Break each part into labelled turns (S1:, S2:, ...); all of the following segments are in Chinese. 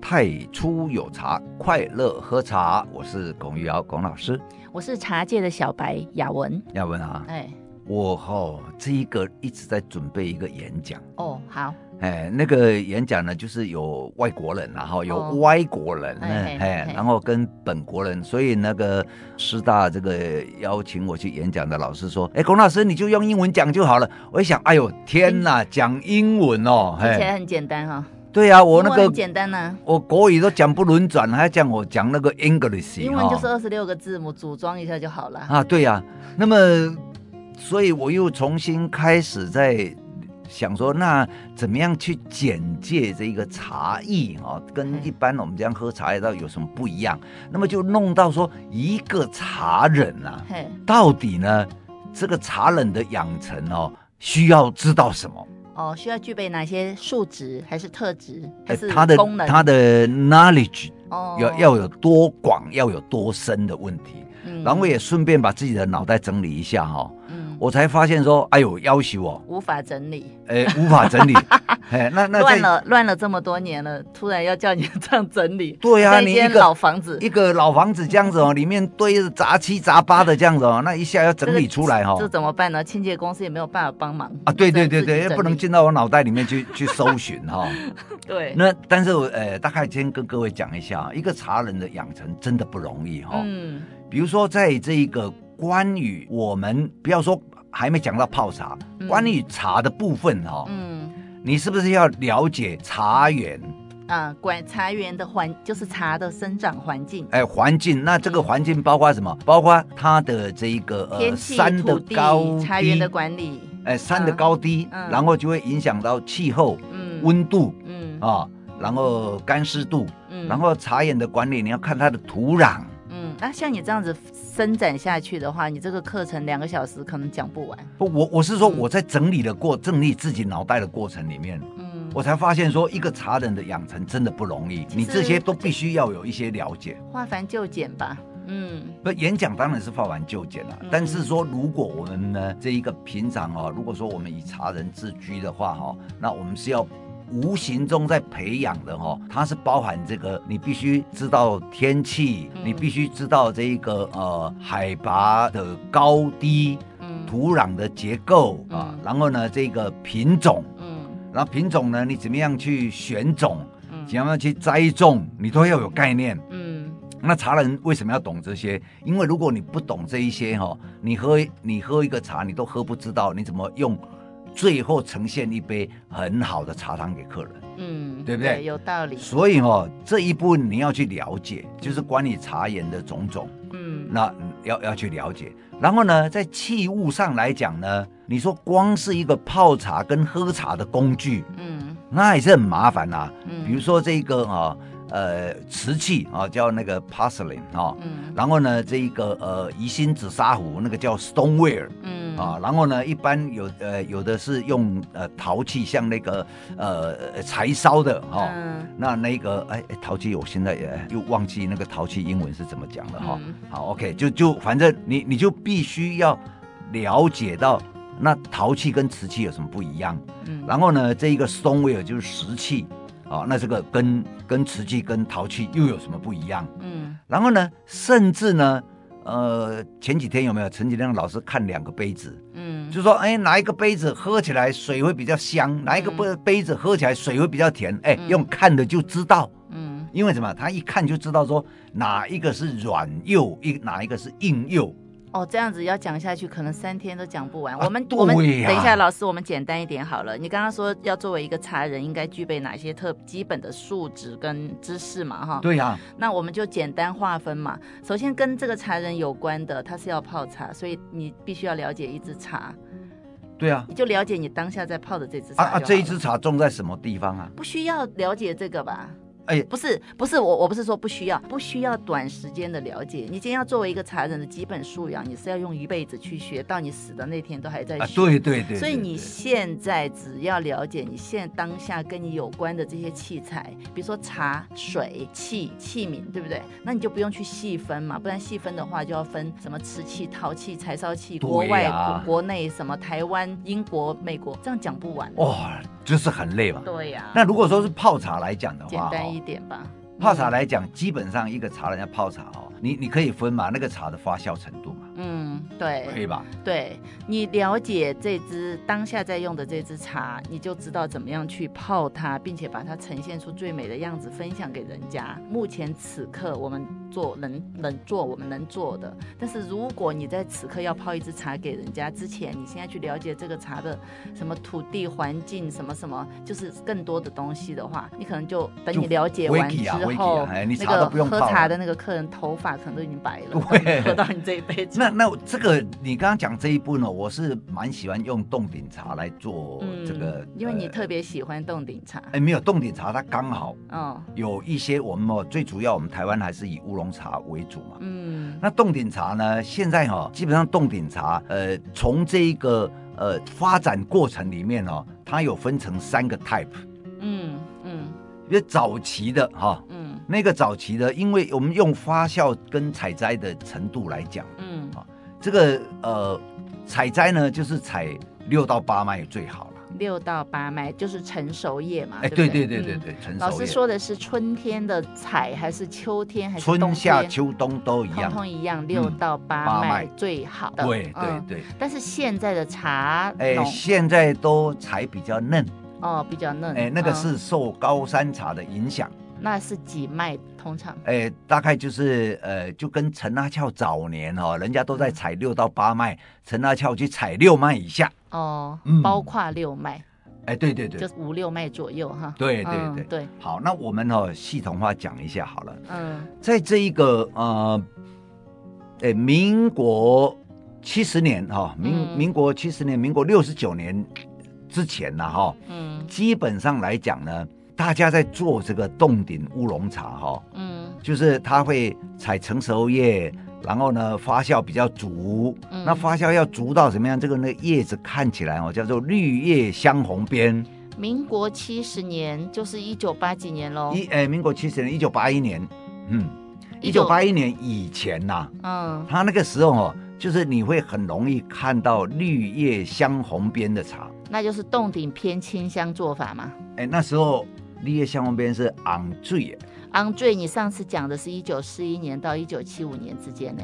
S1: 太初有茶，快乐喝茶。我是龚玉瑶，龚老师。
S2: 我是茶界的小白雅文。
S1: 亚文啊，
S2: 哎，
S1: 我哈、这一个一直在准备一个演讲，
S2: 哦，好，
S1: 哎，那个演讲呢，就是有外国人啊，然后有
S2: 哦
S1: 外国人，
S2: 哎嘿
S1: 哎，
S2: 嘿
S1: 哎然后跟本国人，所以那个师大这个邀请我去演讲的老师说，哎，龚老师你就用英文讲就好了。我一想，哎呦天哪，
S2: 嗯
S1: 讲英文哦，
S2: 听起来
S1: 哎，
S2: 很简单哈、
S1: 对呀、啊，我
S2: 英
S1: 那
S2: 文
S1: 个
S2: 很简单啊呢、
S1: 我国语都讲不轮转，还讲我讲那个 English，哦
S2: 英文就是
S1: 哈
S2: 二十六个字母，组装一下就好了。
S1: 啊，对呀、那么，所以我又重新开始在想说，那怎么样去简介这个茶艺啊、哦，跟
S2: 嗯
S1: 一般我们这样喝茶叶到底有什么不一样？那么就弄到说，一个茶人啊，
S2: 嘿，
S1: 到底呢，这个茶人的养成哦，需要知道什么？
S2: 哦，需要具备哪些数值，还是特质，还
S1: 哎
S2: 是
S1: 他的
S2: 功能？
S1: 他的 knowledge
S2: 哦
S1: 要要有多广，要有多深的问题。
S2: 嗯
S1: 然后我也顺便把自己的脑袋整理一下哦哈、
S2: 嗯，
S1: 我才发现说，哎呦，要求哦，
S2: 无法整理，
S1: 哎，无法 整理，哎，那那在
S2: 乱了乱了这么多年了，突然要叫你这样整理，
S1: 对呀、
S2: 在
S1: 你
S2: 一
S1: 一
S2: 间老
S1: 个
S2: 房子，
S1: 一个老房子这样子哦，里面堆着杂七杂八的这样子哦，那一下要整理出来哈、
S2: 嗯这
S1: 哦。
S2: 怎么办呢？清洁公司也没有办法帮忙
S1: 啊，对对对
S2: 只能自己
S1: 对，
S2: 整理
S1: 不能进到我脑袋里 面去去搜寻哈、
S2: 对，
S1: 那但是我呃，大概先跟各位讲一下，哦一个茶人的养成真的不容易哈、
S2: 嗯，
S1: 比如说，在这一个关于我们不要说还没讲到泡茶，
S2: 嗯
S1: 关于茶的部分哈、
S2: 嗯
S1: 你是不是要了解茶园？
S2: 啊，管茶园的环就是茶的生长环境，
S1: 哎，环境，那这个环境包括什么？包括它的这一个
S2: 天
S1: 呃
S2: 气、
S1: 山的
S2: 土地
S1: 高、
S2: 茶
S1: 低，
S2: 园的管理，
S1: 哎山的高低，
S2: 嗯嗯
S1: 然后就会影响到气候、
S2: 嗯，
S1: 温度
S2: 嗯
S1: 啊，然后干湿度，
S2: 嗯
S1: 然后茶园的管理，你要看它的土壤。
S2: 嗯，那像你这样子伸展下去的话，你这个课程两个小时可能讲不完。
S1: 不我我是说
S2: 嗯
S1: 我在整理的过整理自己脑袋的过程里面，
S2: 嗯，
S1: 我才发现说一个茶人的养成真的不容易，
S2: 其
S1: 你这
S2: 实
S1: 些都必须要有一些了解。
S2: 化繁就简吧。嗯
S1: 不，演讲当然是化繁就简了、
S2: 嗯
S1: 但是说如果我们呢这一个平常哦，如果说我们以茶人自居的话哈、哦，那我们是要。无形中在培养的哦，它是包含这个，你必须知道天气，
S2: 嗯
S1: 你必须知道这一个呃海拔的高低、
S2: 嗯
S1: 土壤的结构啊
S2: 嗯，
S1: 然后呢这个品种，
S2: 嗯
S1: 然后品种呢你怎么样去选种，
S2: 嗯
S1: 怎么样去栽种，你都要有概念。
S2: 嗯
S1: 那茶人为什么要懂这些？因为如果你不懂这一些哈、你喝你喝一个茶，你都喝不知道，你怎么用最后呈现一杯很好的茶汤给客人？
S2: 嗯，
S1: 对不对
S2: 有道理。
S1: 所以哦，这一部分你要去了解，就是关于茶园的种种，
S2: 嗯
S1: 那嗯要要去了解。然后呢，在器物上来讲呢，你说光是一个泡茶跟喝茶的工具，
S2: 嗯
S1: 那也是很麻烦呐、
S2: 嗯，
S1: 比如说这个啊、呃，瓷器啊、叫那个 porcelain 啊、
S2: 嗯
S1: 然后呢，这一个呃宜兴紫砂壶那个叫 stoneware
S2: 嗯
S1: 啊，然后呢，一般有呃有的是用呃陶器，像那个呃呃柴烧的哈、哦
S2: 嗯
S1: 那那个哎哎陶器，我现在也又忘记那个陶器英文是怎么讲了哈、
S2: 嗯
S1: 好，OK，就就反正你你就必须要了解到那陶器跟瓷器有什么不一样。
S2: 嗯
S1: 然后呢，这一个 stoneware 就是石器啊、那这个跟跟瓷器跟陶器又有什么不一样？
S2: 嗯
S1: 然后呢，甚至呢，呃，前几天有没有前几天老师看两个杯子，
S2: 嗯
S1: 就说，哎，哪一个杯子喝起来水会比较香，哪一个杯杯子喝起来水会比较甜，哎，
S2: 嗯
S1: 用看的就知道，
S2: 嗯
S1: 因为什么？他一看就知道说哪一个是软釉，一哪一个是硬釉。
S2: 哦，这样子要讲下去，可能三天都讲不完。
S1: 啊
S2: 我们
S1: 对
S2: 我们
S1: 呀
S2: 等一下，老师，我们简单一点好了。你刚刚说要作为一个茶人，应该具备哪些特基本的素质跟知识嘛？哈，
S1: 对啊呀、
S2: 那我们就简单划分嘛。首先跟这个茶人有关的，它是要泡茶，所以你必须要了解一支茶，
S1: 对呀、
S2: 你就了解你当下在泡的这支茶
S1: 啊
S2: 就好
S1: 啊，
S2: 了
S1: 这一支茶种在什么地方啊？
S2: 不需要了解这个吧？
S1: 哎
S2: 不是，不是我，我不是说不需要，不需要短时间的了解。你今天要作为一个茶人的基本素养，你是要用一辈子去学，到你死的那天都还在
S1: 啊，
S2: 学。
S1: 对对对对
S2: 所以你
S1: 对
S2: 现在只要了解你现当下跟你有关的这些器材，比如说茶、水、器、器皿，对不对？那你就不用去细分嘛，不然细分的话就要分什么瓷器、陶器、柴烧器、
S1: 对
S2: 国外、
S1: 呀
S2: 国国内什么台湾、英国、美国，这样讲不完。
S1: 哦哇、就是很累嘛。
S2: 对呀、啊
S1: 那如果说是泡茶来讲的话，
S2: 简单
S1: 哦
S2: 一点吧。
S1: 泡茶来讲，基本上一个茶人家泡茶哦，你你可以分嘛，那个茶的发酵程度嘛，
S2: 嗯，
S1: 可
S2: 对
S1: 以吧？
S2: 对，你了解这支当下在用的这支茶，你就知道怎么样去泡它，并且把它呈现出最美的样子，分享给人家。目前此刻我们做能能做我们能做的，但是如果你在此刻要泡一支茶给人家之前，你现在去了解这个茶的什么土地环境什么什么，就是更多的东西的话，你可能就等你
S1: 就
S2: 了解
S1: 微
S2: 完
S1: 起
S2: 之
S1: 啊微起啊
S2: 后，
S1: 哎你
S2: 那
S1: 茶都
S2: 个
S1: 不用
S2: 喝
S1: 泡
S2: 茶
S1: 了
S2: 的那个客人头发可能都已经白了，
S1: 对
S2: 喝到你这一杯茶。
S1: 那那我这个你刚刚讲这一步呢，我是蛮喜欢用冻顶茶来做这个，
S2: 嗯、因为你
S1: 呃
S2: 特别喜欢冻顶茶，
S1: 哎没有冻顶茶，它刚好
S2: 哦，
S1: 有一些我们哦最主要我们台湾还是以乌龙茶为主嘛。
S2: 嗯，
S1: 那冻顶茶呢，现在哈、基本上冻顶茶呃从这一个呃发展过程里面哦，它有分成三个 type，
S2: 嗯嗯
S1: 因为早期的哈、
S2: 嗯
S1: 那个早期的，因为我们用发酵跟采摘的程度来讲，
S2: 嗯
S1: 好，这个呃采摘呢，就是采六到八麦最好了。
S2: 六到八麦就是成熟叶嘛，
S1: 哎，
S2: 对
S1: 对对
S2: 不
S1: 对对
S2: 嗯
S1: 对，成
S2: 老
S1: 熟
S2: 师
S1: 叶，
S2: 说的是春天的采还是秋天还是冬
S1: 春夏
S2: 天
S1: 秋冬都一
S2: 通
S1: 样。嗯
S2: 通一样，六到八
S1: 八
S2: 麦
S1: 麦
S2: 最好的。
S1: 对对
S2: 嗯
S1: 对，
S2: 但是现在的茶
S1: 哎，
S2: 农
S1: 现在都采比较嫩，
S2: 哦比较嫩，
S1: 哎，那个
S2: 嗯
S1: 是受高山茶的影响，
S2: 那是几麦通常？
S1: 哎，大概就是呃，就跟陈阿俏早年哦，人家都
S2: 嗯
S1: 在采六到八麦，陈阿俏去采六麦以下，
S2: 哦，
S1: 嗯
S2: 包括六麦，
S1: 哎，对对对
S2: 就，五六麦左右哈。
S1: 对对
S2: 嗯
S1: 对
S2: 对，
S1: 好，那我们哦系统化讲一下好了。
S2: 嗯。
S1: 在这一个呃，诶，民国七十年哈、民、
S2: 嗯
S1: 民国七十年、民国六十九年之前呢、哈、
S2: 嗯
S1: 基本上来讲呢，大家在做这个冻顶乌龙茶哈、
S2: 嗯
S1: 就是它会采成熟叶，然后呢发酵比较足。
S2: 嗯
S1: 那发酵要足到怎么样？这个那个叶子看起来哦，叫做绿叶香红边。，
S2: 民国七十年，就是一九八几年喽。
S1: 一诶，民国七十年，一九八一年，嗯，一九
S2: 19
S1: 八一年以前呐、
S2: 嗯
S1: 它那个时候哦，就是你会很容易看到绿叶香红边的茶。
S2: 那就是洞顶偏清香做法嘛。
S1: 哎，那时候绿叶香红边是昂醉耶
S2: 昂坠，你上次讲的是一九四一年到一九七五年之间呢。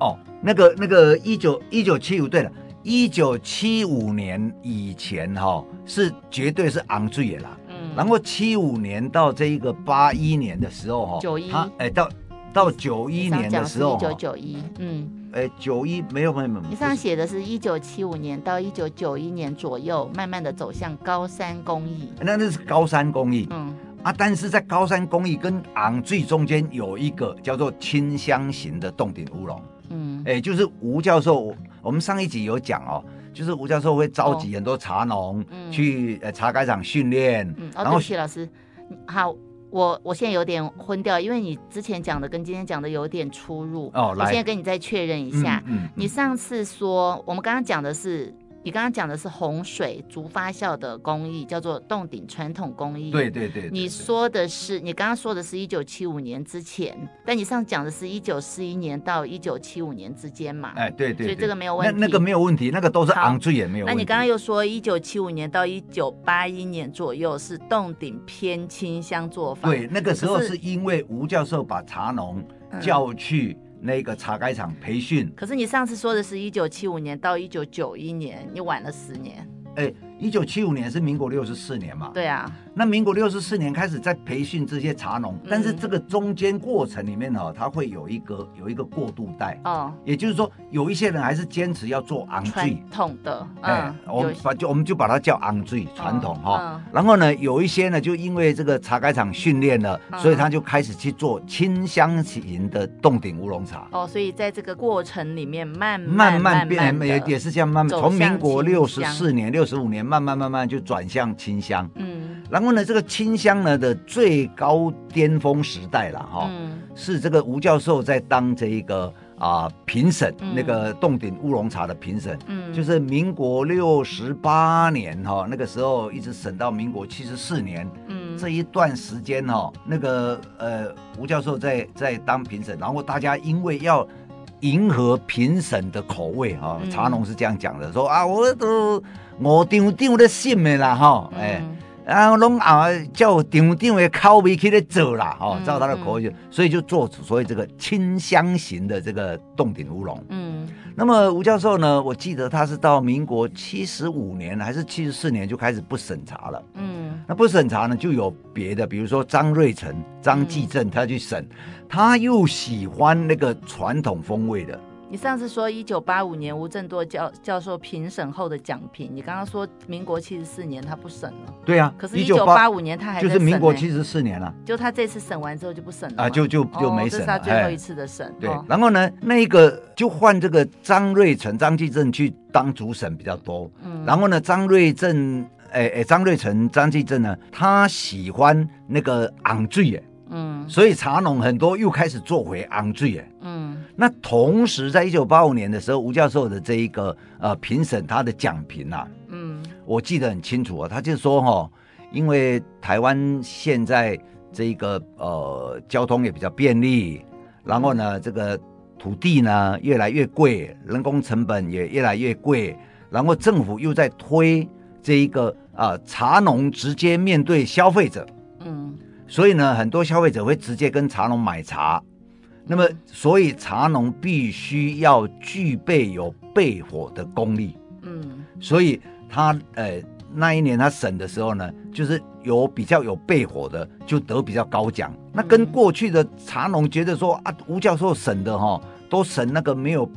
S1: 哦，那个那个一九一九七五对了。一九七五年以前哈、哦、是绝对是昂醉的啦，
S2: 嗯
S1: 然后七五年到这一个八一年的时候哈、哦，
S2: 91
S1: 它哎到到九一年的时候
S2: 一
S1: 哈、
S2: 九
S1: 哦，
S2: 九一，嗯，
S1: 哎九一没有没有没有，
S2: 你
S1: 不
S2: 上
S1: 是
S2: 次写的是一九七五年到一九九一年左右，慢慢的走向高山工艺。
S1: 那那是高山工艺，
S2: 嗯
S1: 啊，但是在高山工艺跟昂最中间有一个叫做清香型的洞顶乌龙，
S2: 嗯，
S1: 哎，就是吴教授，我我们上一集有讲哦，就是吴教授会召集很多茶农、
S2: 嗯
S1: 去呃茶改场训练，
S2: 嗯，哦，
S1: 然
S2: 对
S1: 后
S2: 不起，老师，好，我我现在有点昏掉，因为你之前讲的跟今天讲的有点出入。
S1: 哦
S2: 我
S1: 来
S2: 现在跟你再确认一下。
S1: 嗯
S2: 你上次说，我们刚刚讲的是，你刚刚讲的是洪水竹发酵的工艺，叫做洞顶传统工艺。
S1: 对。对对对，
S2: 你
S1: 对
S2: 说的是，你刚刚说的是一九七五年之前，但你上次讲的是一九四一年到一九七五年之间嘛？
S1: 哎对对，
S2: 所以
S1: 对
S2: 这个没有问题
S1: 那那个没有问题，那个都是
S2: 好
S1: 昂最也没有
S2: 那
S1: 问题。
S2: 你刚刚又说一九七五年到一九八一年左右是洞顶偏清香做法，
S1: 对，那个时候
S2: 可是
S1: 是因为吴教授把茶农
S2: 嗯
S1: 叫去那个茶改场培训，
S2: 可是你上次说的是一九七五年到一九九一年，你晚了十年。
S1: 哎，一九七五年是民国六十四年嘛，
S2: 对啊，
S1: 那民国六十四年开始在培训这些茶农，但是
S2: 嗯
S1: 这个中间过程里面哦，它会有一个有一个过渡带，
S2: 哦，
S1: 也就是说，有一些人还是坚持要做昂醉，
S2: 传统的，
S1: 哎
S2: 嗯，，
S1: 我
S2: 有
S1: 们把就我们就把它叫昂醉传统哈、
S2: 嗯
S1: 然后呢，有一些呢，就因为这个茶改厂训练了，
S2: 嗯
S1: 所以他就开始去做清香型的洞顶乌龙茶，
S2: 哦，所以在这个过程里面，慢
S1: 慢慢
S2: 慢
S1: 变，
S2: 嗯慢
S1: 也
S2: 地
S1: 也是这样，慢慢
S2: 走
S1: 从民
S2: 向
S1: 国
S2: 清
S1: 六十
S2: 香
S1: 四年、六十五年，慢慢慢慢就转向清香。
S2: 嗯
S1: 然后呢，这个清香呢的最高巅峰时代了哈、
S2: 嗯
S1: 是这个吴教授在当这一个啊、评审、
S2: 嗯
S1: 那个洞顶乌龙茶的评审，
S2: 嗯，
S1: 就是是民国六十八年哈、那个时候一直审到民国七十四年、
S2: 嗯
S1: 这一段时间哈、那个呃吴教授在在当评审，然后大家因为要。迎合评审的口味哈，
S2: 嗯
S1: 茶农是这样讲的，说啊，我都我丢丢的信的啦哈，哎、
S2: 嗯
S1: 啊，拢啊叫场长的口味去咧做啦，哦，
S2: 嗯
S1: 照他的口味去，所以就做出所谓这个清香型的这个洞顶乌龙。
S2: 嗯
S1: 那么吴教授呢，我记得他是到民国七十五年还是七十四年就开始不审查了。
S2: 嗯
S1: 那不审查呢，就有别的，比如说张瑞成、张继正，他去审，他又喜欢那个传统风味的，
S2: 你上次说一九八五年吴振多教教授评审后的奖评，你刚刚说民国七十四年他不审了，
S1: 对啊，
S2: 可是，一九八五年他还在
S1: 就
S2: 审
S1: 是民国
S2: 呢
S1: 七十四年了
S2: 就他这次审完之后就不审了
S1: 啊，
S2: 嘛
S1: 就就就没
S2: 哦，这
S1: 审
S2: 是
S1: 了，哎
S2: 他最后一次的审，
S1: 对
S2: 哦，
S1: 然后呢，那个就换这个张瑞成、张继正去当主审比较多。
S2: 嗯
S1: 然后呢，张瑞正，哎哎，张瑞成、张继正呢，他喜欢那个昂醉耶，
S2: 嗯
S1: 所以茶农很多又开始做回昂醉耶。
S2: 嗯
S1: 那同时，在一九八五年的时候，吴教授的这一个呃评审他的奖评啊，
S2: 嗯
S1: 我记得很清楚啊，他就说哈、哦，因为台湾现在这个呃交通也比较便利，然后呢，这个土地呢越来越贵，人工成本也越来越贵，然后政府又在推这一个啊、茶农直接面对消费者，
S2: 嗯
S1: 所以呢，很多消费者会直接跟茶农买茶。那么，所以茶农必须要具备有焙火的功力。
S2: 嗯
S1: 所以他呃那一年他审的时候呢，就是有比较有备火的就得比较高奖。那跟过去的茶农觉得说啊，吴教授审的哈，都审那个没有。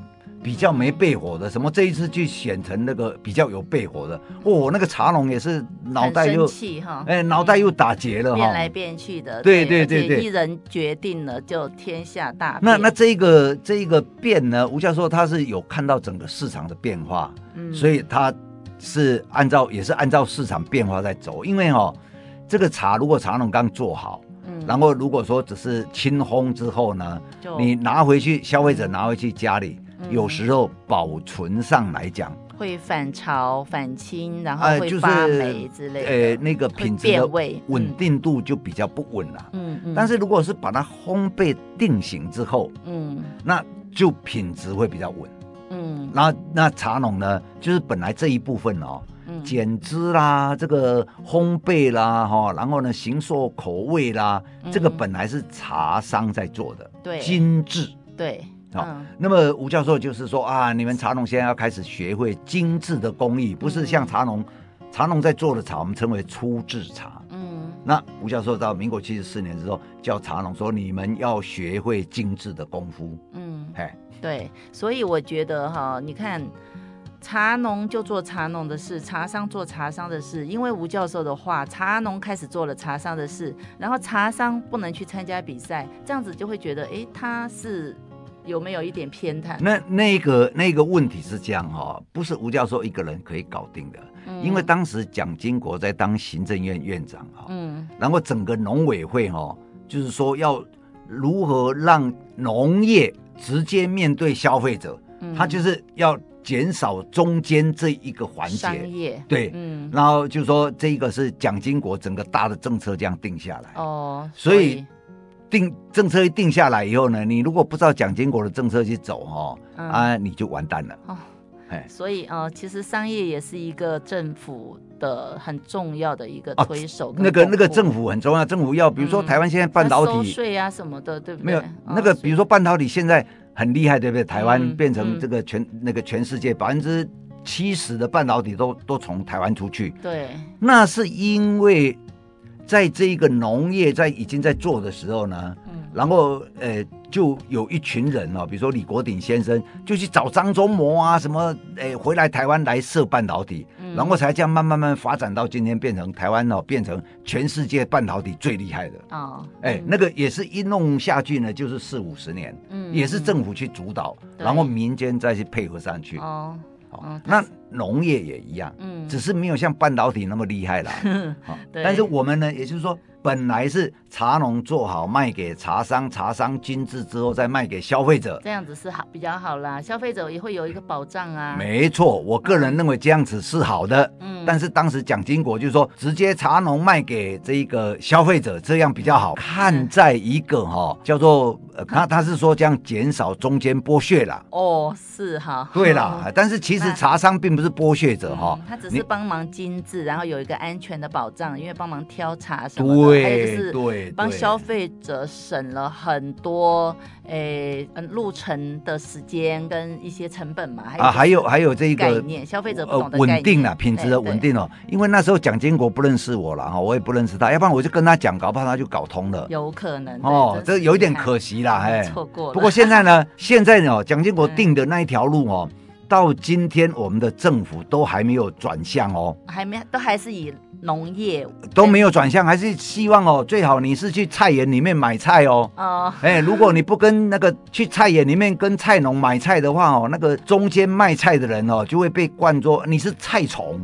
S1: 比较没备火的，什么这一次去选成那个比较有备火的，哦，那个茶农也是脑袋
S2: 很
S1: 又
S2: 生，气哈，
S1: 哎、脑袋又打结了
S2: 变
S1: 哈。
S2: 来变去的，
S1: 哦对对
S2: 而
S1: 对
S2: 且
S1: 对
S2: 一人决定了就天下大变，
S1: 那那这一个这一个变呢，吴教授他是有看到整个市场的变化，
S2: 嗯
S1: 所以它是按照也是按照市场变化在走。因为哦，这个茶如果茶农刚做好，
S2: 嗯
S1: 然后如果说只是清烘之后呢，
S2: 就
S1: 你拿回去消费者拿回去家里，
S2: 嗯
S1: 有时候保存上来讲，
S2: 会反潮、反清，然后
S1: 哎
S2: 会
S1: 就是
S2: 发霉之类
S1: 呃，
S2: 的，
S1: 那个
S2: 会
S1: 品质的
S2: 变味，嗯
S1: 稳定度就比较不稳了。
S2: 嗯，嗯嗯，
S1: 但是如果是把它烘焙定型之后，
S2: 嗯
S1: 那就品质会比较稳。
S2: 嗯
S1: 那那茶农呢，就是本来这一部分哦，
S2: 嗯
S1: 减脂啦，这个烘焙啦，哈，然后呢，形塑口味啦，
S2: 嗯
S1: 这个本来是茶商在做的，
S2: 对
S1: 精致。
S2: 对，
S1: 好
S2: 嗯
S1: 那么吴教授就是说啊，你们茶农现在要开始学会精致的工艺，不是
S2: 嗯
S1: 像茶农，茶农在做的茶，我们称为初制茶。
S2: 嗯
S1: 那吴教授到民国七十四年之后，叫茶农说，你们要学会精致的功夫。
S2: 嗯。
S1: 哎，
S2: 对，所以我觉得哈，你看。茶农就做茶农的事，茶商做茶商的事。因为吴教授的话，茶农开始做了茶商的事，然后茶商不能去参加比赛，这样子就会觉得，诶，他是有没有一点偏袒？
S1: 那那个那个问题是这样哈、哦，不是吴教授一个人可以搞定的。
S2: 嗯
S1: 因为当时蒋经国在当行政院院长哈、
S2: 嗯
S1: 然后整个农委会哈、就是说要如何让农业直接面对消费者，
S2: 嗯
S1: 他就是要减少中间这一个环
S2: 商
S1: 节，
S2: 业，
S1: 对，
S2: 嗯
S1: 然后就说这一个是蒋经国整个大的政策这样定下来，
S2: 哦，
S1: 所以定政策一定下来以后呢，你如果不照蒋经国的政策去走哈、
S2: 嗯
S1: 啊，你就完蛋了，
S2: 哦
S1: 哎，
S2: 所以啊、呃其实商业也是一个政府的很重要的一个
S1: 啊
S2: 推手跟
S1: 那个那个
S2: 巩固
S1: 政府很重要，政府要比如说
S2: 嗯
S1: 台湾现在半
S2: 那
S1: 导
S2: 收
S1: 体。
S2: 税啊什么的，对不对？
S1: 没有
S2: 啊
S1: 那个，
S2: 所
S1: 比
S2: 以
S1: 如说半导体现在很厉害，对不对？台湾
S2: 嗯
S1: 变成
S2: 嗯
S1: 这个全、那个全世界百分之七十的半导体都都从台湾出去，
S2: 对，
S1: 那是因为在这一个农业在已经在做的时候呢，
S2: 嗯
S1: 然后呃就有一群人哦，比如说李国鼎先生就去找张忠谋啊什么，呃回来台湾来设半导体，
S2: 嗯
S1: 然后才这样慢慢慢慢发展到今天变成台湾哦，变成全世界半导体最厉害的。
S2: 啊，
S1: 哎、
S2: 嗯
S1: 那个也是一弄下去呢，就是四五十年，
S2: 嗯
S1: 也是
S2: 嗯
S1: 政府去主导，
S2: 对
S1: 然后民间再去配合上去。
S2: 哦，
S1: 好
S2: 嗯
S1: 那农业也一样，
S2: 嗯，
S1: 只是没有像半导体那么厉害啦。好
S2: 对
S1: 但是我们呢，也就是说，本来是茶农做好卖给茶商，茶商精致之后再卖给消费者。
S2: 这样子是好比较好啦，消费者也会有一个保障啊。，
S1: 没错，我个人认为这样子是好的。
S2: 嗯
S1: 但是当时蒋经国就说，直接茶农卖给这一个消费者，这样比较好。
S2: 嗯
S1: 看在一个哈、叫做呃，他他是说这样减少中间剥削啦。
S2: 哦，是哈，
S1: 对啦，但是其实茶商并不不是剥削者哈、
S2: 嗯他只
S1: 你
S2: 是帮忙精致，然后有一个安全的保障，因为帮忙挑茶什么的，还有就
S1: 对
S2: 是
S1: 对，
S2: 帮
S1: 对
S2: 消费者省了很多诶、嗯路程的时间跟一些成本嘛，还有
S1: 啊，
S2: 就
S1: 还
S2: 是
S1: 有还有这一
S2: 概
S1: 个
S2: 念，消费者不
S1: 呃
S2: 懂，的概
S1: 稳
S2: 念
S1: 定了，品质
S2: 对
S1: 的
S2: 对
S1: 稳定哦。因为那时候蒋经国不认识我了哈，我也不认识他，要不然我就跟他讲，搞不好他就搞通了。
S2: 有可能对
S1: 哦，
S2: 真
S1: 这
S2: 是
S1: 有一点
S2: 遗憾
S1: 可惜啦，哎。
S2: 错过了。
S1: 不过现在 呢，现在呢，蒋经国
S2: 嗯
S1: 定的那一条路哦，到今天我们的政府都还没有转向哦，
S2: 还没都还是以农业
S1: 都没有转向，还是希望哦，最好你是去菜园里面买菜哦。
S2: 呃
S1: 哎，如果你不跟那个去菜园里面跟菜农买菜的话哦，那个中间卖菜的人哦，就会被冠作你是菜 虫，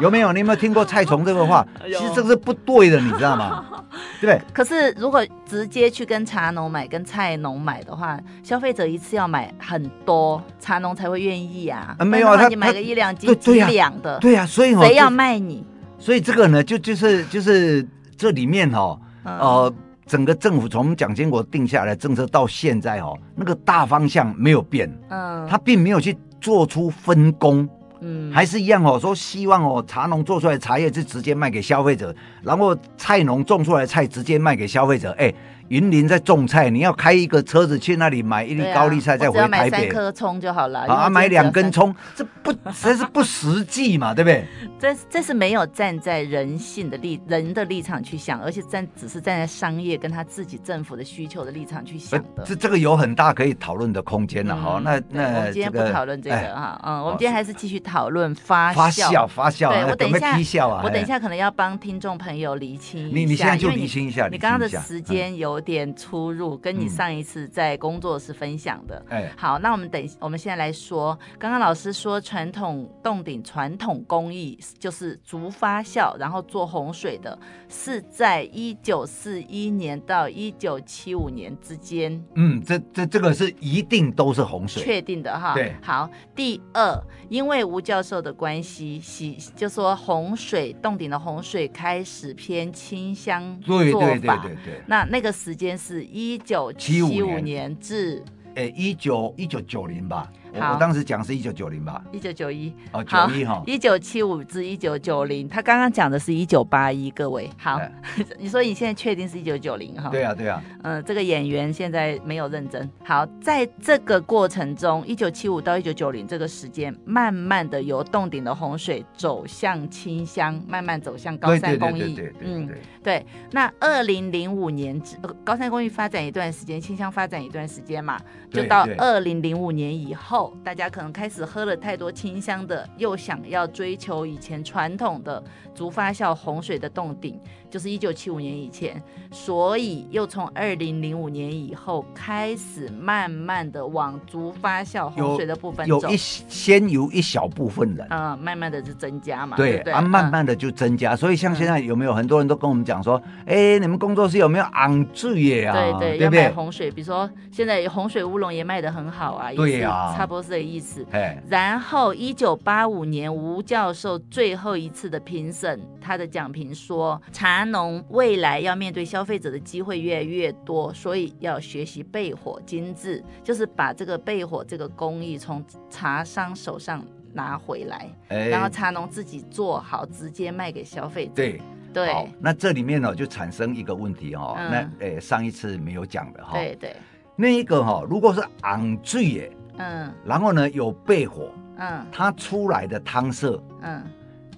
S1: 有没有？你有没有听过菜虫这个话？
S2: 哎
S1: 其
S2: 呦
S1: 实这个是不对的，你知道吗？ 对不对？
S2: 可是如果直接去跟茶农买、跟菜农买的话，消费者一次要买很多，茶农才会愿意啊。
S1: 啊没有啊
S2: 不然的话
S1: 他
S2: 你买个一两
S1: 对
S2: 斤、
S1: 对
S2: 几
S1: 呀
S2: 两的，
S1: 对呀、所以哦，
S2: 谁要
S1: 就
S2: 卖你？
S1: 所以这个呢，就就是就是这里面哦，
S2: 嗯
S1: 呃，整个政府从蒋经国定下来的政策到现在哦，那个大方向没有变，
S2: 嗯
S1: 他并没有去做出分工。
S2: 嗯
S1: 还是一样哦，说希望哦，茶农做出来的茶叶是直接卖给消费者，然后菜农种出来的菜直接卖给消费者。哎，云林在种菜，你要开一个车子去那里买一粒
S2: 对啊
S1: 高丽菜，再
S2: 我
S1: 回
S2: 只
S1: 台
S2: 要买
S1: 北
S2: 三。颗葱就好了。因为
S1: 啊，
S2: 我
S1: 买
S2: 今天只要
S1: 两根
S2: 三，
S1: 葱，这 不这是不实际嘛，对不对？
S2: 这这是没有站在人性的立人的立场去想，而且站只是站在商业跟他自己政府的需求的立场去想的。
S1: 呃这这个有很大可以讨论的空间了哈。
S2: 嗯
S1: 那
S2: 对
S1: 那
S2: 我们今
S1: 这
S2: 天不
S1: 个
S2: 讨论这个
S1: 哎
S2: 哈，嗯，我
S1: 好
S2: 们今天还是继续讨论发
S1: 发酵发酵，
S2: 对
S1: 哎
S2: 我等
S1: 准
S2: 一
S1: 备
S2: 下
S1: 批酵啊，
S2: 我等一
S1: 哎，
S2: 下可能要帮听众朋友厘清一下，
S1: 你你现在就
S2: 因为
S1: 理清一下，
S2: 你
S1: 理
S2: 刚刚
S1: 清
S2: 的
S1: 一下嗯
S2: 时，间有点出入，跟你上一次在工作室分享的。
S1: 嗯哎，
S2: 好，那我们等一，我们现在来说，刚刚老师说传统冻顶传统工艺就是竹发酵，然后做洪水的，是在一九四一年到一九七五年之间
S1: 嗯，这这这个是一定都是洪水，
S2: 确定的哈。
S1: 对
S2: 好，第二，因为吴教授的关系，洗就说洪水洞顶的洪水开始偏清香做法。
S1: 对对对对对。
S2: 那那个时间是一九
S1: 75
S2: 年至
S1: 诶，哎一九一九九零吧，我
S2: 好
S1: 我当时讲是一九九零吧，
S2: 一九九一，
S1: 哦九
S2: 好
S1: 一哈，
S2: 一九七五至一九九零。他刚刚讲的是一九八一，各位好
S1: 哎，
S2: 你说你现在确定是一九九零哈？
S1: 对啊对啊，
S2: 嗯，这个演员现在没有认真。好，在这个过程中，一九七五到一九九零这个时间，慢慢的由洞顶的洪水走向清乡，慢慢走向高
S1: 对对对
S2: 山公嗯
S1: 对
S2: 益。
S1: 对对对，
S2: 对。那二零零五年之、呃高山公益发展一段时间，清乡发展一段时间嘛，就
S1: 对
S2: 到
S1: 对
S2: 二零零五年以后，大家可能开始喝了太多清香的，又想要追求以前传统的竹发酵洪水的洞顶，就是一九七五年以前，所以又从二零零五年以后开始慢慢的往竹发酵洪水的部分走
S1: 有一，先有一小部分人。
S2: 嗯、慢慢的就增加嘛，对
S1: 对
S2: 不对
S1: 啊，慢
S2: 嗯
S1: 慢的就增加，所以像现在有没有很多人都跟我们讲说，哎，你们工作室有没有昂醉耶啊？
S2: 对
S1: 对
S2: 对，要
S1: 不
S2: 卖
S1: 对？
S2: 洪水，比如说现在洪水乌龙也卖得很好啊，也
S1: 对
S2: 是
S1: 呀
S2: 差不多是这个意思。
S1: 哎，
S2: 然后，一九八五年，吴教授最后一次的评审，他的讲评说，茶农未来要面对消费者的机会越来越多，所以要学习焙火精致，就是把这个焙火这个工艺从茶商手上拿回来，
S1: 哎，
S2: 然后茶农自己做好，直接卖给消费者。
S1: 对
S2: 对
S1: 好，那这里面呢哦就产生一个问题哦，
S2: 嗯
S1: 那哎上一次没有讲的哈，
S2: 对对，
S1: 那一个哈，如果是昂醉耶，
S2: 嗯
S1: 然后呢有焙火，
S2: 嗯
S1: 它出来的汤色
S2: 嗯，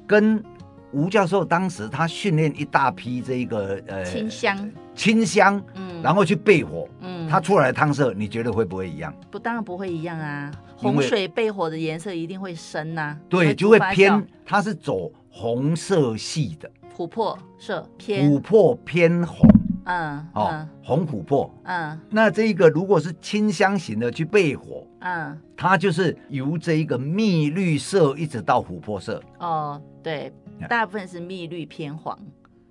S1: 跟吴教授当时他训练一大批这一个呃
S2: 清香，
S1: 清香，
S2: 嗯，
S1: 然后去焙火，
S2: 嗯，
S1: 它出来的汤色，你觉得会不会一样？
S2: 不当然不会一样啊，
S1: 因为
S2: 洪水被火的颜色一定会深呐、
S1: 对，就
S2: 触
S1: 会
S2: 发
S1: 偏
S2: 酵，
S1: 它是走红色系的，
S2: 琥珀色偏，
S1: 琥珀偏红
S2: 嗯
S1: 哦，
S2: 嗯
S1: 红琥珀。
S2: 嗯
S1: 那这个如果是清香型的去焙火，
S2: 嗯，
S1: 它就是由这一个蜜绿色一直到琥珀色
S2: 哦，对，大部分是蜜绿偏黄，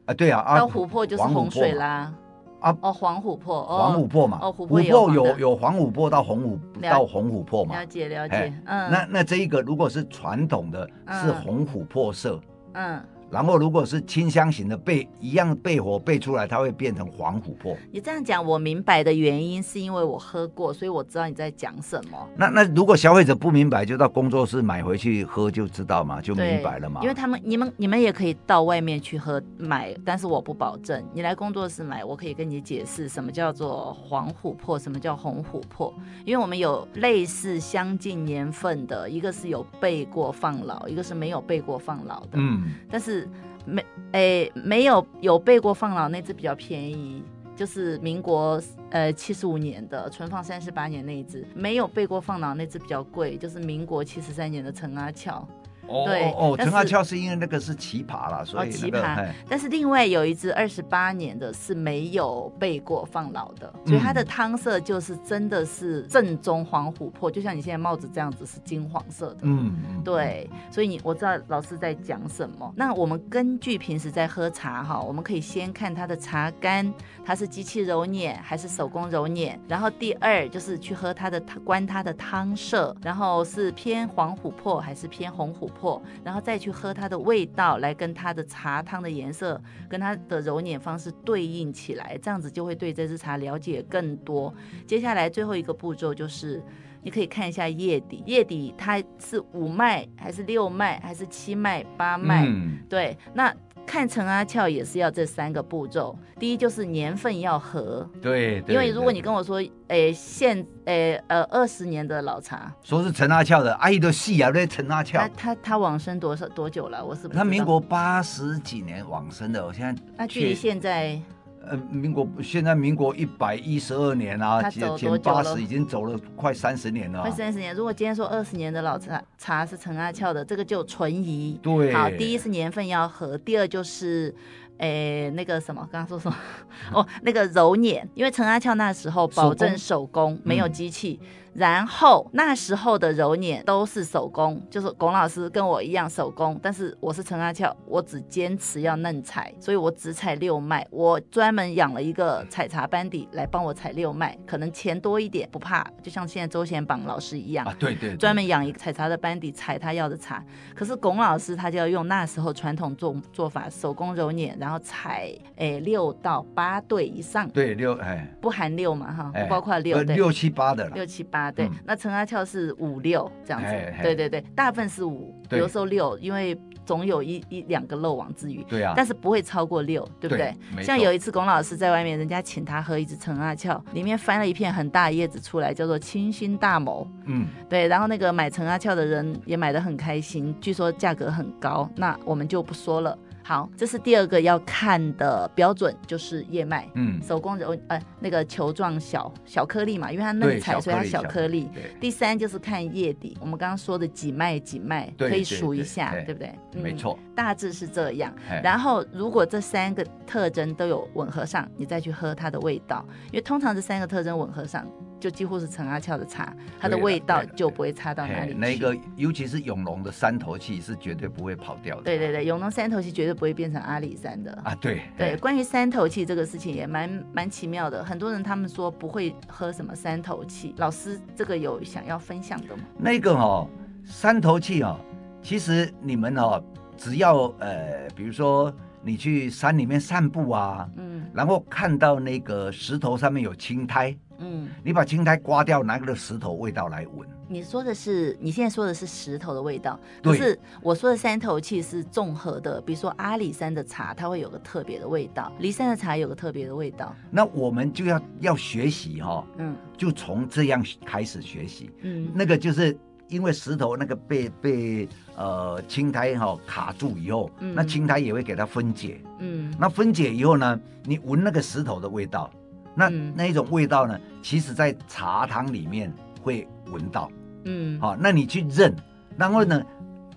S1: 啊，对啊，啊
S2: 到琥珀就是
S1: 黄
S2: 洪水
S1: 嘛，
S2: 啦，
S1: 啊
S2: 哦，黄琥珀，哦，
S1: 黄琥珀嘛，
S2: 哦琥
S1: 琥
S2: 珀
S1: 珀
S2: 也有黄的
S1: 有有黄琥珀到红琥
S2: 了
S1: 到红琥珀嘛，
S2: 了解了
S1: 哎
S2: 解，嗯，
S1: 那那这一个如果是传统的，
S2: 嗯
S1: 是红琥珀色，
S2: 嗯
S1: 然后如果是清香型的焙，一样焙火焙出来，它会变成黄琥珀。
S2: 你这样讲，我明白的原因是因为我喝过，所以我知道你在讲什么。
S1: 那那如果消费者不明白，就到工作室买回去喝就知道嘛，就明白了嘛。
S2: 因为他们、你们、你们也可以到外面去喝买，但是我不保证。你来工作室买，我可以跟你解释什么叫做黄琥珀，什么叫红琥珀。因为我们有类似相近年份的，一个是有备过放老，一个是没有备过放老的。
S1: 嗯，
S2: 但是没诶没有有备过放老那只比较便宜，就是民国呃七十五年的存放三十八年那一只，没有备过放老那只比较贵，就是民国七十三年的陈阿俏。
S1: 哦
S2: 对
S1: 哦，
S2: 但
S1: 陈
S2: 是
S1: 阿俏是因为那个是奇葩啦，所以那
S2: 哦奇
S1: 个
S2: 葩
S1: 嘿
S2: 但是另外有一只二十八年的是没有备过放老的，所以它的汤色就是真的是正宗黄琥珀，就像你现在帽子这样子是金黄色的。
S1: 嗯嗯，
S2: 对，所以你我知道老师在讲什么。那我们根据平时在喝茶哈，我们可以先看它的茶干，它是机器揉捻还是手工揉捻。然后第二就是去喝它的汤，观它的汤色，然后是偏黄琥珀还是偏红琥珀，然后再去喝它的味道，来跟它的茶汤的颜色跟它的揉捻方式对应起来，这样子就会对这支茶了解更多。接下来最后一个步骤就是，你可以看一下叶底，叶底它是五脉还是六脉还是七脉八脉？
S1: 嗯
S2: 对，那看陈阿俏也是要这三个步骤。第一就是年份要合，
S1: 对，对
S2: 因为如果你
S1: 对
S2: 跟我说，诶现诶呃二十年的老茶，
S1: 说是陈阿俏的，阿姨都戏啊，那陈阿俏
S2: 他，他他往生多少多久了？我是不知道
S1: 他民国八十几年往生的，我现在
S2: 那距离
S1: 确
S2: 现在
S1: 呃，民国现在民国一百一十二年啊，
S2: 他
S1: 减
S2: 走多
S1: 减
S2: 久
S1: 八
S2: 了
S1: 十已经走了快三十年了啊、
S2: 快三十年。如果今天说二十年的老茶茶是陈阿俏的，这个就存疑。
S1: 对，
S2: 好，第一是年份要合，第二就是，诶，那个什么，刚刚说什么？ 哦，那个揉捻，因为陈阿俏那时候保证手工，没有机器，然后那时候的揉捻都是手工，就是龚老师跟我一样手工，但是我是陈阿俏，我只坚持要嫩采，所以我只采六脉，我专门养了一个采茶班底来帮我采六脉，可能钱多一点不怕，就像现在周贤榜老师一样
S1: 啊，，对对，对
S2: 专门养一个采茶的班底采他要的茶。可是龚老师他就要用那时候传统做做法，手工揉捻，然后采诶六到八对以上，
S1: 对六哎，
S2: 不含六嘛哈，
S1: 哎
S2: 不包括六
S1: 呃
S2: 对。
S1: 六七八的了，
S2: 六七八对，
S1: 嗯
S2: 那陈阿俏是五六这样子
S1: 哎，哎
S2: 对对对，大部分是五，
S1: 对
S2: 有时候六，因为总有一一两个漏网之鱼，
S1: 对啊，
S2: 但是不会超过六，对不对？
S1: 没
S2: 像
S1: 错
S2: 有一次龚老师在外面，人家请他喝一支陈阿俏，里面翻了一片很大叶子出来，叫做清新大谋，
S1: 嗯，
S2: 对，然后那个买陈阿俏的人也买得很开心，据说价格很高，那我们就不说了。好，这是第二个要看的标准，就是叶脉，
S1: 嗯
S2: 手工揉呃那个球状小小颗粒嘛，因为它嫩
S1: 对
S2: 采，
S1: 小
S2: 所以它
S1: 颗粒
S2: 小
S1: 小
S2: 颗
S1: 颗
S2: 粒。
S1: 对，
S2: 第三就是看叶底，我们刚刚说的几脉几脉
S1: 对
S2: 可以
S1: 对
S2: 数一
S1: 对
S2: 下，
S1: 哎
S2: 对不对？
S1: 没
S2: 嗯，
S1: 错，
S2: 大致是这样。
S1: 哎
S2: 然后，如果这三个特征都有吻合上，你再去喝它的味道，因为通常这三个特征吻合上，就几乎是陈阿俏的茶，它的
S1: 对了
S2: 味道
S1: 对了
S2: 就不会差到哪
S1: 哎
S2: 里去。
S1: 那个，尤其是永隆的三头气是绝对不会跑掉的，
S2: 对对对，永隆三头气绝对不会变成阿里山的。
S1: 啊，对
S2: 对，
S1: 哎
S2: 关于三头气这个事情也蛮蛮奇妙的，很多人他们说不会喝什么三头气，老师这个有想要分享的吗？
S1: 那个哦，三头气哦，其实你们哦，只要呃，比如说你去山里面散步啊，
S2: 嗯
S1: 然后看到那个石头上面有青苔，
S2: 嗯，
S1: 你把青苔刮掉，拿个石头味道来闻。
S2: 你说的是你现在说的是石头的味道，可
S1: 对
S2: 是我说的三头气是综合的，比如说阿里山的茶，它会有个特别的味道，骊山的茶有个特别的味道，
S1: 那我们就要要学习哈、
S2: 嗯
S1: 就从这样开始学习。
S2: 嗯，
S1: 那个就是因为石头那个被被呃青苔哈、卡住以后，
S2: 嗯
S1: 那青苔也会给它分解。
S2: 嗯
S1: 那分解以后呢，你闻那个石头的味道，那、
S2: 嗯
S1: 那一种味道呢，其实在茶汤里面会闻到。
S2: 嗯
S1: 好、那你去认，然后呢，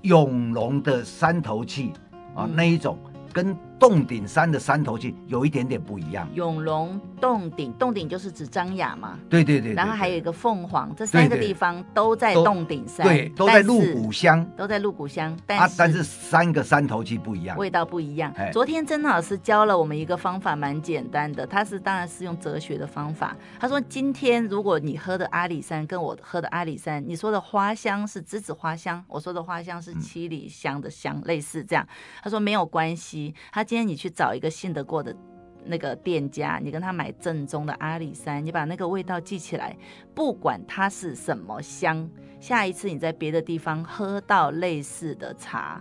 S1: 永隆的三头气啊、
S2: 嗯
S1: 那一种跟洞顶山的山头去有一点点不一样。
S2: 永隆洞顶，洞顶就是指张雅嘛，
S1: 对对对对
S2: 然后还有
S1: 对
S2: 一个凤凰，这三个
S1: 对对
S2: 地方都在
S1: 都
S2: 洞顶山，
S1: 对都在
S2: 但是
S1: 鹿谷乡
S2: 都在鹿谷乡，
S1: 啊
S2: 但，
S1: 但是三个山头去不一样。
S2: 味道不一样
S1: 哎。
S2: 昨天曾老师教了我们一个方法，蛮简单的，他是当然是用哲学的方法。他说，今天如果你喝的阿里山跟我喝的阿里山，你说的花香是栀子花香，我说的花香
S1: 嗯
S2: 是七里香的香，类似这样。他说没有关系，他今天你去找一个信得过的。那个店家，你跟他买正宗的阿里山，你把那个味道记起来，不管它是什么香，下一次你在别的地方喝到类似的茶，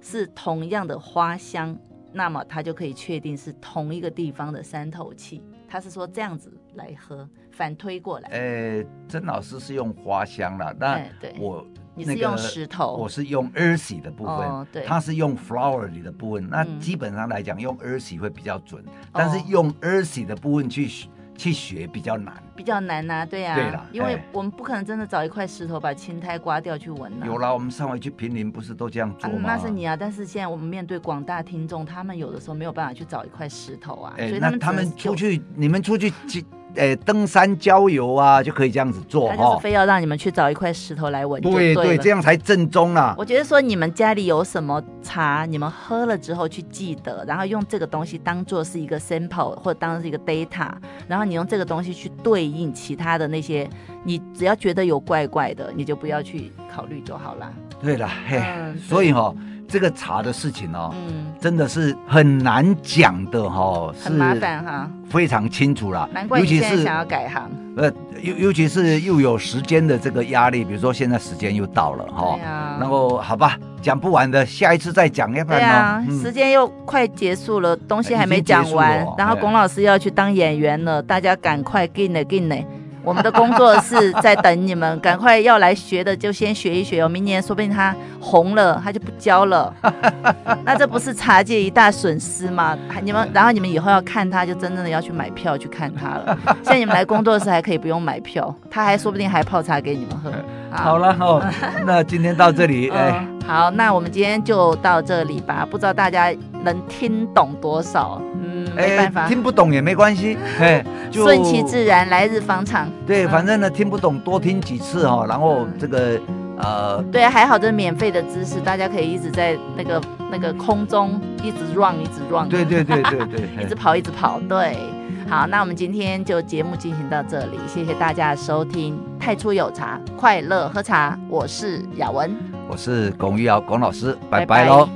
S2: 是同样的花香，那么它就可以确定是同一个地方的山头气。他是说这样子来喝，反推过来。
S1: 呃，曾老师是用花香啦，那
S2: 哎对
S1: 呃我
S2: 你
S1: 那
S2: 是
S1: 个
S2: 用石头
S1: 我是用 earthy 的部分，
S2: 哦对
S1: 他是用 flower 里的部分。那
S2: 嗯哦
S1: 基本上来讲，用 earthy 会比较准，但是用 earthy 的部分去学去学比较难。
S2: 比较难呐、对啊，
S1: 对啦
S2: 因为
S1: 哎
S2: 我们不可能真的找一块石头把青苔刮掉去闻呐、
S1: 有啦，我们上回去平林不是都这样
S2: 啊
S1: 做，吗？
S2: 那是你啊！但是现在我们面对广大听众，他们有的时候没有办法去找一块石头啊，
S1: 哎、
S2: 所以他
S1: 那
S2: 们
S1: 他
S2: 只能
S1: 们
S2: 就
S1: 出，去，你们出去去，哎、登山郊游啊，就可以这样子做
S2: 他就是
S1: 哈。
S2: 非要让你们去找一块石头来闻就
S1: 对
S2: 对了。
S1: 对，这样才正宗啊啦。
S2: 我觉得说你们家里有什么茶，你们喝了之后去记得，然后用这个东西当做是一个 sample 或者当是一个 data，然后你用这个东西去对应其他的那些，你只要觉得有怪怪的，你就不要去考虑就好啦。
S1: 对了，嘿，
S2: 嗯对
S1: 所以哈、这个茶的事情哦，
S2: 嗯，
S1: 真的是很难讲的哈、
S2: 很麻，烦哈，
S1: 非常清楚啦。
S2: 难怪
S1: 尤
S2: 你
S1: 其
S2: 现在
S1: 是
S2: 想要改行。
S1: 呃，尤尤其是又有时间的这个压力，比如说现在时间又到了哈、
S2: 对啊
S1: 然后好吧，讲不完的，下一次再讲，要不
S2: 对
S1: 然
S2: 啊
S1: 呢、，嗯
S2: 时间又快结束了，东西还没讲
S1: 已经结
S2: 完
S1: 束了哦，
S2: 然后
S1: 哎
S2: 龚老师要去当演员了，大家赶快进来进来。我们的工作室在等你们，赶快要来学的就先学一学哦。明年说不定他红了，他就不 教了，那这不是茶界一大损失吗？还你们，然后你们以后要看他，就真正的要去买票去看他了。现在你们来工作室还可以不用买票，他还说不定还泡茶给你们喝。啊
S1: 好了哈、 那今天到这 里，哎、
S2: 嗯，好，那我们今天就到这里吧。不知道大家能听懂多少，嗯，没办法，
S1: 哎听不懂也没关 系，哎，就
S2: 顺其自然，来日方长。
S1: 对，
S2: 嗯
S1: 反正呢听不懂多听几次哈、然后这个呃
S2: 对，啊还好这是免费的知识，大家可以一直在那个那个空中一直 run，一直 run，
S1: 对对对对对，
S2: 一
S1: 嘿
S2: 直跑，一直跑。对，好，那我们今天就节目进行到这里，谢谢大家的收听。太初有茶，快乐喝茶，我是雅文，
S1: 我是龚玉瑶龚老师，拜拜喽。